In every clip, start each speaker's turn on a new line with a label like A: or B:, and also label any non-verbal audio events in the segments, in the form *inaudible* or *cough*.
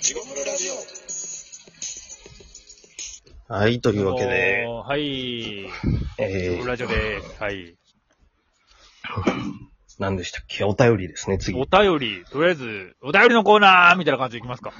A: ジゴフルラジオ。
B: はい、と
C: と
B: いうわけで、。
C: はい。
B: えー、
C: ラジオです。はい。
B: 何でしたっけお便りですね、次。 *laughs*
C: お便り、とりあえず、お便りのコーナーみたいな感じでい
B: *laughs*
C: きますか。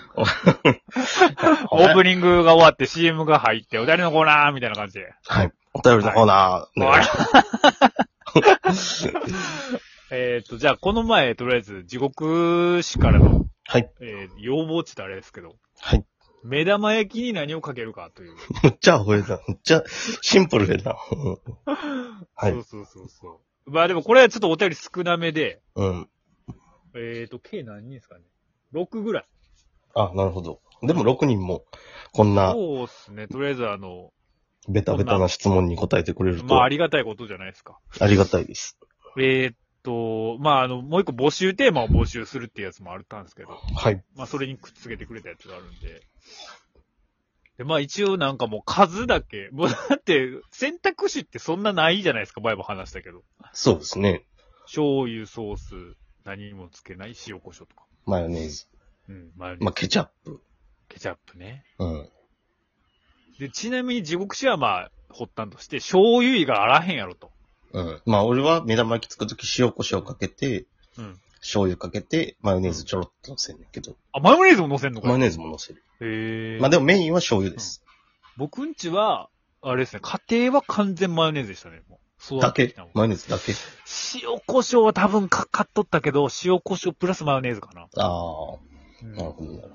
C: オープニングが終わって CM が入って、お便りのコーナーみたいな感じで。
B: はい。お便りのコーナー、お *laughs* 願いします
C: えっと、じゃあ、この前、とりあえず、地獄市からの、
B: はい。
C: えー要望っつったらあれですけど、
B: はい。
C: 目玉焼きに何をかけるかという。
B: むっちゃ増えた。むっちゃシンプル増えた。 *laughs* はい
C: そうそうそうそう。まあでも、これはちょっとお便り少なめで、
B: うん。
C: えっと、計何人ですかね。6ぐらい。
B: あ、なるほど。でも6人も、こんな
C: そうっすね。とりあえず、あの、
B: ベタベタな質問に答えてくれる
C: ま
B: と
C: あ、あ
B: あ
C: りがたいことじゃないですか。
B: りがたいです。
C: えーっと、まあ、あの、もう一個募集テーマを募集するっていうやつもあったんですけど、
B: はい。
C: まあ、それにくっつけてくれたやつがあるんで。で、まあ、一応なんかもう数だけ、もうだって、選択肢ってそんなないじゃないですか、前も話したけど。
B: そうですね。
C: 醤油、ソース、何もつけない、塩、胡椒とか。
B: マヨネーズ。
C: うん、マヨネーズ
B: まあ、ケチャップ。
C: ケチャップね。
B: うん。
C: で、ちなみに地獄市はまあ、発端として、醤油以外あらへんやろと。
B: うん。まあ、俺は目玉焼き作るとき塩コショウかけて、
C: うん。
B: 醤油かけて、マヨネーズちょろっと乗せんねんけど、
C: あ、マヨネーズも乗せんのか
B: マヨ
C: よ
B: ネーズも乗せる。
C: へえ。
B: まあ、でもメインは醤油です。
C: 僕んちは、あれですね、家庭は完全マヨネーズでしたね。もうそう
B: だ
C: って
B: け
C: きたもん
B: マヨネーズだけ
C: 塩胡椒は多分かかっとったけど、塩胡椒プラスマヨネーズかな。
B: あ
C: う
B: あ、
C: ん
B: なるほど、なるほ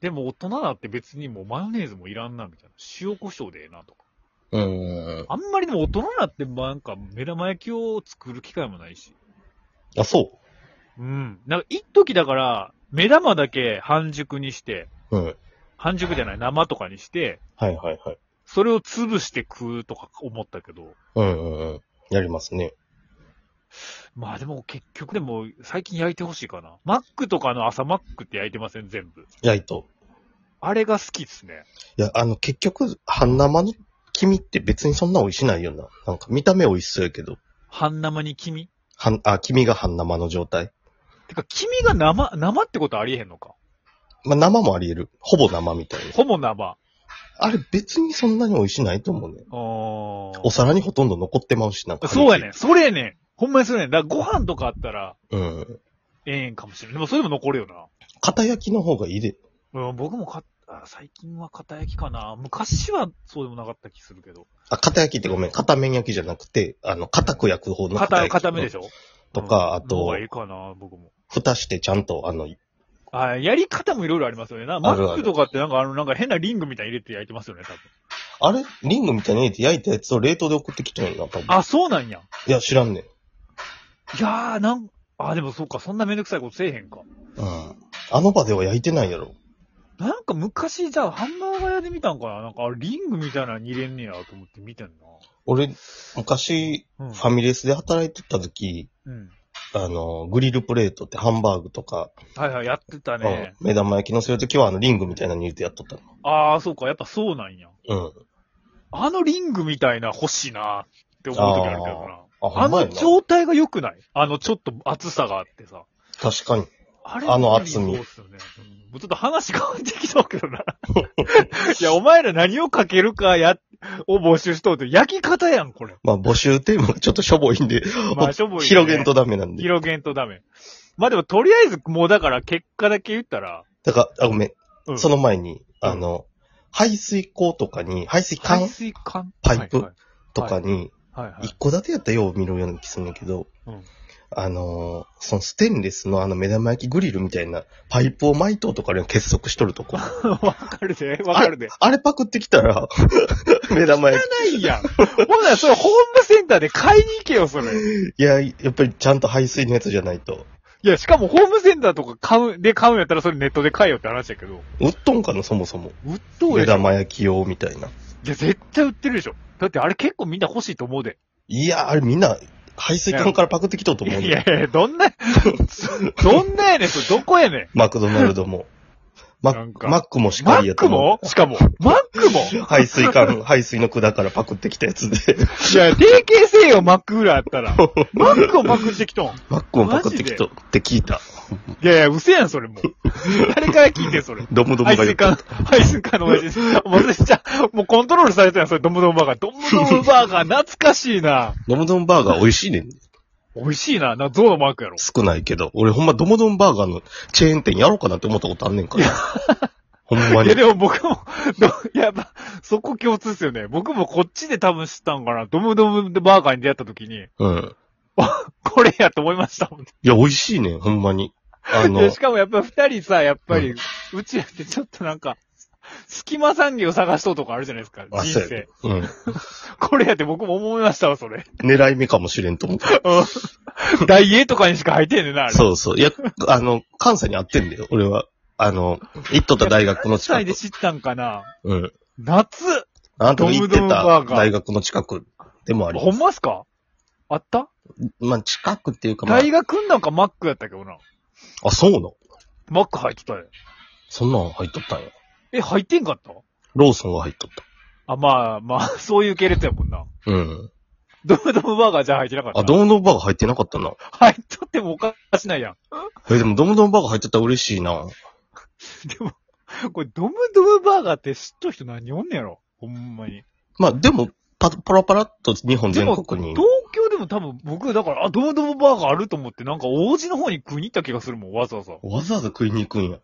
C: でも大人だって別にもうマヨネーズもいらんな、みたいな。塩胡椒でええな、とか。
B: ど。うん。
C: あんまりでも大人だってなんか目玉焼きを作る機会もないし。
B: あ、そ
C: うん。なんか一時だから、目玉だけ半熟にして、
B: ううん。
C: 半熟じゃない、生とかにして、
B: はいはいはい。
C: それを潰して食うとか思ったけど、
B: うんうんうん。やりますね。
C: まあでも結局でも最近焼いてほしいかな。マックとかの朝マックって焼いてません全部。
B: やいと。
C: あれが好きですね。
B: いや、あの、結局、半生の黄身って別にそんな美味しないよな。なんか見た目美味しそうやけど。
C: 半生に黄身
B: 半、あ、黄身が半生の状態。
C: てか黄身が生、生ってことありえへんのか
B: まあ、生もあり得る。ほぼ生みたいな。
C: ほぼ生。
B: あれ別にそんなに美味しないと思うね。
C: あー
B: お皿にほとんど残ってまうし、なんか。
C: そうやねん。それやねん。ほんまにそれやねん。だからご飯とかあったら、
B: うん。
C: ええんかもしれん。でもそれでも残るよ
B: 片焼きの方がいいで。
C: な。うん、僕もか、あ最近は片焼きかな。昔はそうでもなかった気するけど。
B: あ、片焼きってごめん。片面焼きじゃなくて、あの、固く焼く方の片
C: 片、
B: 焼き。
C: 片めでしょ
B: とかあと
C: の方がいいかな、僕も。
B: 蓋してちゃんと、あの、
C: あやり方もいろいろありますよね。な、マ
B: あるある
C: ックとかってなんかあの、なんか変なリングみたいに入れて焼いてますよね、多分。
B: あれリングみたいに入れて焼いたやつを冷凍で送ってきてるな、多分。
C: あ、そうなんや。
B: いや、知らんねん。
C: いやー、なん、あ、でもそうか、そんなめんどくさいことせえへんか。
B: うん。あの場では焼いてないやろ。
C: なんか昔、じゃあ、ハンバーガー屋で見たんかななんか、あリングみたいなのに入れんねやと思って見てん
B: 俺、昔、
C: な。うん。
B: ファミレスで働いてた時、
C: うん。
B: あの、グリルプレートってハンバーグとか、
C: はいはい、やってたね。
B: うん目玉焼き乗せるときはあのリングみたいなのに入れてやっとった
C: あー、そうか、やっぱそうなんや。
B: の。うん。
C: あのリングみたいな欲しいなって思う時あるけどな。
B: あ、ほ
C: あ
B: んまや
C: の
B: な。
C: 状態が良くないあの、ちょっと厚さがあってさ。
B: 確かに。
C: あれ
B: あの厚み
C: そうっすよね。うんもうちょっと話変わってきそうけどな。 *laughs* いや、お前ら何をかけるかや、を募集しとうって、焼き方やん、こ
B: *laughs*
C: れ。
B: まあ、募集テーマがちょっとしょぼいんで、
C: まあ、しょぼいね
B: 広げんとダメなんで。
C: 広げんとダメ。まあでも、とりあえず、もうだから、結果だけ言ったら、
B: だから、あ、ごめん。
C: うん
B: その前に、あの、排水口とかに、排水管
C: 排水管
B: パイプ
C: はい
B: とかに、
C: はい。はいはい
B: 一戸建てやったらよう見るような気すんねんけど、
C: うん
B: あのーそのステンレスのあの目玉焼きグリルみたいなパイプを巻いとうとかあれを結束しとる
C: *laughs*
B: とこ。
C: わかるで、わかるで。
B: あれパクってきたら、 *laughs* 目玉焼
C: ないやん。ほな、それ、ホームセンターで買いに行けよ、そ
B: *laughs*
C: れ。
B: き。いや、やっぱりちゃんと排水のやつじゃないと。
C: いや、しかも、ホームセンターとか買う、で買うんやったら、それネットで買えよって話だけど、
B: 売っとんかな、そもそも。
C: 売っとう
B: 目
C: でしょ。
B: 玉焼き用みたいな。
C: いや、絶対売ってるでしょ。だってあれ結構みんな欲しいと思うで。
B: いや、あれみんな、排水管からパクってきとうと
C: い
B: 思う
C: や
B: ねん
C: いやいや、ど
B: *laughs*
C: んな、どんなやねん、それどこやねん。
B: マクドナルドも。マ
C: なん
B: ック
C: か
B: マックもしっ
C: マ
B: かり
C: ッ
B: やと
C: ク
B: 思う
C: もしかも、マックも
B: *laughs* 排水管、排水の管からパクってきたやつ *laughs* で。
C: いや、提携せえよ、マックぐらいあったら。マックをマックしてきとん。
B: マックもパクってきとって聞いた。
C: いやいや、うせやん、それもう。誰から聞いてんそれ。
B: ドムドム
C: 配
B: が言
C: 水
B: った。
C: 管、配水管の親父です。もう私ちゃん、もうコントロールされてない、それ、ドムドムバーガー。ドムドムバーガー、懐かしいな。
B: ドムドムバーガー美味しいねん。
C: 美味しいな。な、ゾウのマークやろ。
B: 少ないけど。俺ほんまドムドムバーガーのチェーン店やろうかなって思ったことあんねんから。 *laughs* ほんま
C: いや、
B: に。
C: でも僕も、どやっぱ、そこ共通ですよね。僕もこっちで多分知ったんかな。ドムドムバーガーに出会った時に、
B: うん。
C: これやと思いましたもんね。
B: いや、美味しいねん、ほんまに。あの
C: で、しかもやっぱ二人さ、やっぱり、うちらってちょっとなんか、隙間産業探しとうとかあるじゃないですか、
B: あ
C: 人
B: そうや
C: 生。
B: うん。
C: これやって僕も思いましたわ、そ
B: *laughs*
C: れ。
B: 狙い目かもしれんと思う。
C: ダイエーとかにしか入ってんねんな、あれ。う。
B: そうそう。いや、あの、関西にあってんだよ、俺は。あの、行っとった大学の近
C: 歳で
B: く。
C: 知ったんかな。
B: うん。
C: 夏
B: あなたが行って
C: ドムドムバ
B: た
C: ーガー
B: 大学の近くでもあり
C: ほんまっすかあった
B: まあ、近くっていうか、まあ
C: 大、学なんかマックやったけどな。
B: あ、そうなの
C: マック入っとったよ。
B: そんなん入っとったんや。
C: え、入ってんかった
B: ローソンが入っとっ
C: あ、まあまあ、 *laughs* そういう系列やもんな。
B: た。うん。
C: ドムドムバーガーじゃ入ってなかった。
B: あ、ドムドムバーガー入ってなかったな。
C: 入っとってもおかしないやん。
B: え、でもドムドムバーガー入ってたら嬉しいな。
C: でも、これドムドムバーガーって知っとる人何人おんねやろほんまに。
B: まあ、でも、パパラパラっと日本
C: で
B: 全
C: も、
B: 国に
C: 東。京でも多分僕、だから、あ、ドムドムバーガーあると思って、なんか王子の方に食いに行った気がするもん、わざわざ。
B: わざわざ食いに行くんや。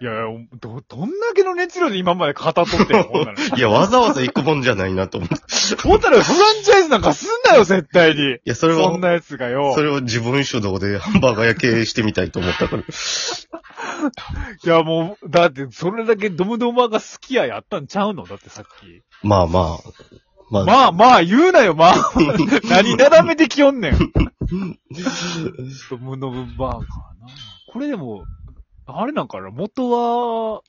C: いやいや、ど、どんだけの熱量で今まで語っとってん
B: *laughs*
C: のほんなら
B: いや、わざわざ行くもんじゃないなと思って。い
C: ほんならフランチャイズなんかすんなよ、絶対に。
B: や、それは
C: そん、なやつがよ
B: そ。れを自分主導でハンバーガー屋経営してみたいと思
C: *laughs*
B: ったから。
C: いや、もう、だって、それだけドムドムバーガー好きややったんちゃうのだってさっき。
B: まあまあ。まあ、
C: *laughs* まあまあ、言うなよ、
B: *laughs*
C: まあ。何なだめてきよんねん。ドムドムバーガーな。これでも、あれなんかな、元は、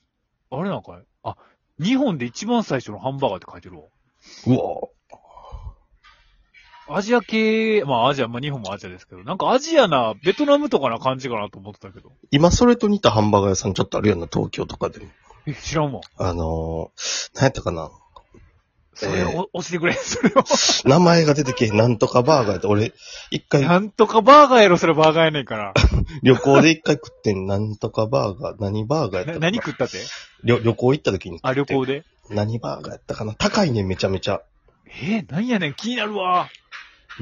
C: あれなんかな、あ、日本で一番最初のハンバーガーって書いてるわ。
B: うわ
C: アジア系、まあアジア、まあ日本もアジアですけど、なんかアジアな、ベトナムとかな感じかなと思ってたけど。
B: 今それと似たハンバーガー屋さんちょっとあるような、東京とかでも。
C: え、知らんわ。
B: あのー、何やったかな。
C: それ
B: えー
C: を、教えてくれ、 *laughs* それを。
B: 名前が出てけえ、なんとかバーガーって、俺、一回
C: なんとかバーガーやろ、それバーガーやねん
B: *laughs*
C: から。
B: 旅行で一回食ってん、なんとかバーガー、何バーガーやった
C: な
B: かな
C: 何食ったって
B: 旅旅行行った時に、
C: あ、旅行で。
B: 何バーガーやったかな高いね、めちゃめちゃ。
C: えー、なんやねん、気になるわ。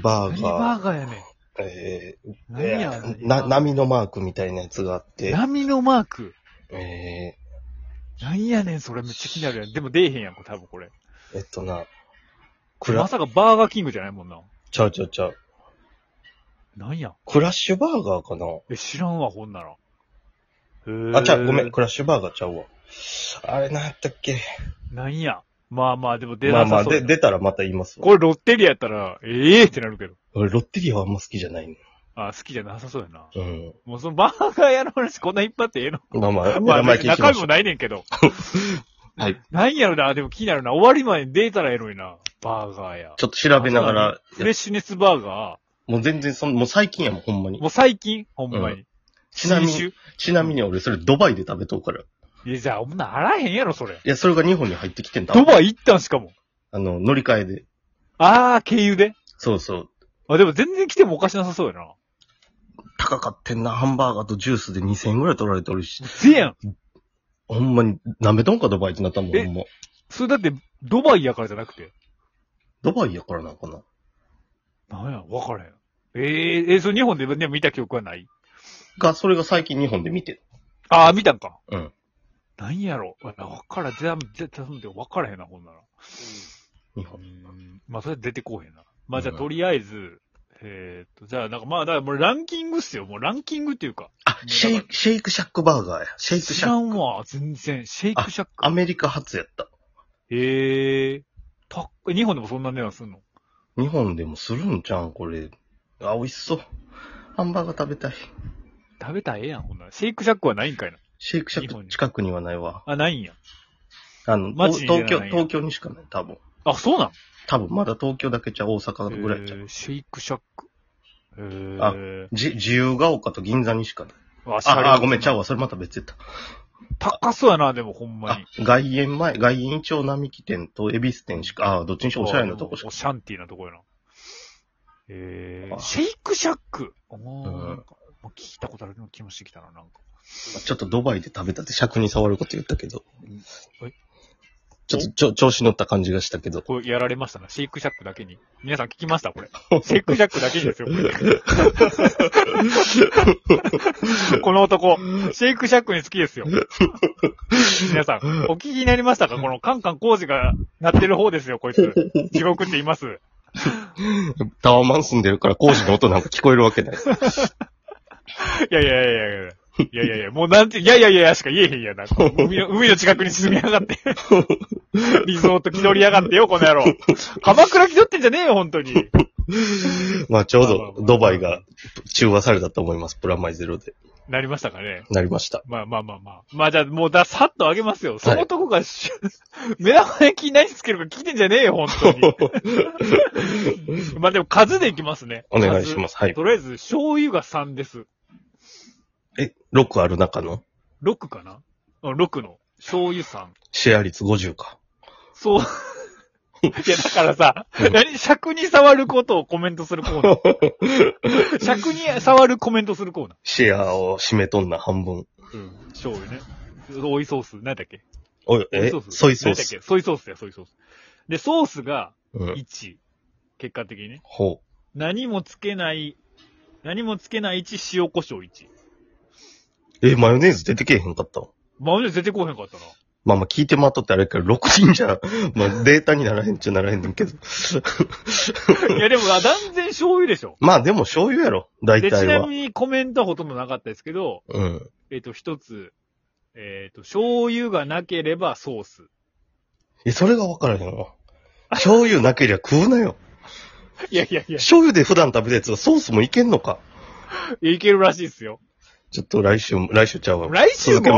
B: バ
C: 何
B: ー
C: バ
B: ガー、
C: ーガーやね
B: え
C: ん。
B: ー
C: 何や
B: えーな、波のマークみたいなやつがあって、
C: 波のマーク。
B: え
C: なんやねん、それめっちゃ気になるやん。でも出えへんやん、多分これ。
B: ー、えっとな、ク
C: ま
B: ラ、
C: さかバーガーキングじゃないもんな。
B: ちゃうちゃうちゃう、
C: なんや。
B: クラッシュバーガーかな
C: え、知らんわ、ほんなら。へー
B: あ、ちゃう、ごめん、。クラッシュバーガーちゃうわ。あれ、なんやったっけ
C: なんや。まあまあ、でも出
B: まあ
C: な
B: ま
C: さ
B: あ、
C: そうや
B: で、
C: な。
B: 出たらまた言いますわ。
C: これロッテリアやったら、ええってなるけど。
B: 俺、ロッテリアはあんま好きじゃないね。
C: あ、好きじゃなさそうやな。
B: うん。
C: もうそのバーガー屋の話こんな引っ張ってええの
B: まあま *laughs* あ、
C: まあ、
B: 生意気にし
C: 中
B: ま
C: 身
B: しょ
C: も
B: う。
C: ないねんけど。
B: *laughs* はい。
C: なんやろな、でも気になるな。終わりまでに出たらええのにな。バーガー屋。
B: ちょっと調べながら、
C: フレッシュネスバーガ
B: もう全然その、もう最近やもん、ほんまに
C: ー。。もう最近ほんまに。
B: ちなみに
C: 新種
B: ちなみに俺、それドバイで食べとうから。い
C: いや、じゃあ、ほんなあらへんやろ、それ。
B: や、それが日本に入ってきてんだ。
C: ドバイ行ったんしかも。
B: あの、乗り換えで。
C: あー、経由で。
B: そうそう。
C: あ、でも全然来てもおかしなさそうやな。
B: 高かってんな、ハンバーガーとジュースで2000円ぐらい取られてるし。
C: せやん。
B: ほんまに、舐めとんか、ドバイってなったもん、
C: え
B: ほんま。
C: それだって、ドバイやからじゃなくて。
B: ドバイやからなんかな。
C: なんや、わからへん。えええそれ日本で、ね、見た記憶はない
B: が、それが最近日本で見てる。
C: あー、見たんか。
B: うん。
C: なんやろ。わからん、全然、全然わからへんな、ほんなら。
B: 日本。
C: まあ、それ出てこうへんな。まあ、じゃあ、
B: うん
C: とりあえず、えーっと、じゃあ、なんか、まあ、だからもうランキングっすよ。もうランキングっていうか。
B: あ、シェイク、シェイクシャックバーガーや。シェイク
C: 知
B: シャ
C: ら
B: ック。
C: んわ、全然。シェイクシャック。
B: アメリカ初やった。
C: ええー。たっ日本でもそんな値段すんの
B: 日本でもするんじゃうん、これ。あ、美味しそう。ハンバーガー食べたい。
C: 食べたらええやん、ほんなら。シェイクシャックはないんかいな。
B: シェイクシャ
C: 日
B: ッ
C: 本
B: ク
C: に
B: 近くにはないわ。
C: あ、ないんや。
B: あの、
C: マ
B: 東
C: ジでない
B: 東京、
C: ない
B: 東京にしかない、多分。
C: あ、そうな
B: 多分、まだ東京だけじゃ大阪
C: の
B: ぐらいじゃん。
C: えーシェイクシャック。えー、
B: じ、自由が丘と銀座にしかない。
C: あ、シャレオツ
B: あ、あごめん、ちゃうわ。それまた別やった。
C: 高そうやな、でも、ほんま
B: あ
C: に。、
B: 外苑前、外苑町並木店と恵比寿店しか、あ、どっちにしろおしゃれなとこし
C: お
B: か。
C: シャンティーなとこやな。えー、
B: あ
C: シェイクシャック。おー
B: うん
C: なんか、聞いたことある気もしてきたな、なんか。
B: まあちょっとドバイで食べたって尺に触ること言ったけど
C: はい。
B: ちょっとちょ調子乗った感じがしたけど。
C: これやられましたな。シェイクシャックだけに。皆さん聞きましたこれ。シェイクシャックだけにですよ、こ
B: *laughs*
C: れこの男。シェイクシャックに好きですよ。皆さん、お聞きになりましたかこのカンカン工事が鳴ってる方ですよ、こいつ。地獄って言います。
B: タワーマン住んでるから工事の音なんか聞こえるわ *laughs* けない。
C: いやいやいやいやいや。いやいやいや、もうなんて、いやいやいやしか言えへんやな。こう海の、海の近くに沈みやがって。リゾート気取りやがってよ、この野郎。鎌倉気取ってんじゃねえよ、本当に。
B: まあちょうどドバイが中和されたと思います。プラマイゼロで。
C: なりましたかね。
B: なりました。
C: まあまあまあまあ。まあじゃあもうだ、さっとあげますよ。そのとこがし、 *laughs* 目玉焼きに何つけるか聞いてんじゃねえよ、本当
B: *laughs*
C: に。まあでも数でいきますね。
B: お願いします。はい
C: 数。とりあえず、醤油が3です。
B: え、6ある中の
C: 6かなあ ?6 の。醤油3。
B: シェア率50か。
C: そう。
B: *laughs*
C: いや、だからさ、
B: うん
C: 何、尺に触ることをコメントするコーナ
B: *laughs*
C: ー。尺に触るコメントするコーナ
B: シェアを締めとんな半分。
C: ー。うん。醤油ね。オイソース、何だっけ
B: おい
C: オイ
B: え
C: ソース
B: ソイソー
C: 何だっ
B: ス。
C: けソイソースや、ソイソース。で、ソースが
B: うん。
C: 1。結果的にね。
B: ほ
C: 何もつけない、何もつけない1、塩胡椒1。
B: う。え、マヨネーズ出てけえへんかったわ
C: マヨネーズ出てこへんかったな。
B: まあまあ聞いてもらっとってあれやけど、6人じゃ、 *laughs* まあデータにならへんっちゃならへんねんけど。 *laughs*
C: いや、でも、断然醤油でしょ。
B: まあでも醤油やろ、大
C: で、ち
B: 体
C: な
B: は。
C: みにコメントはほとんどなかったですけど、
B: うん。
C: えっ、と、一つ、えっ、と、醤油がなければソー
B: *laughs*
C: ス。
B: え、それがわからへんわ。醤油なけりゃ食うなよ。
C: いやいやいや、
B: 醤油で普段食べたやつはソースもいけんのか。
C: いけるらしいですよ。
B: ちょっと来週も、来週ちゃうわ。
C: 来週も
B: 続けましょう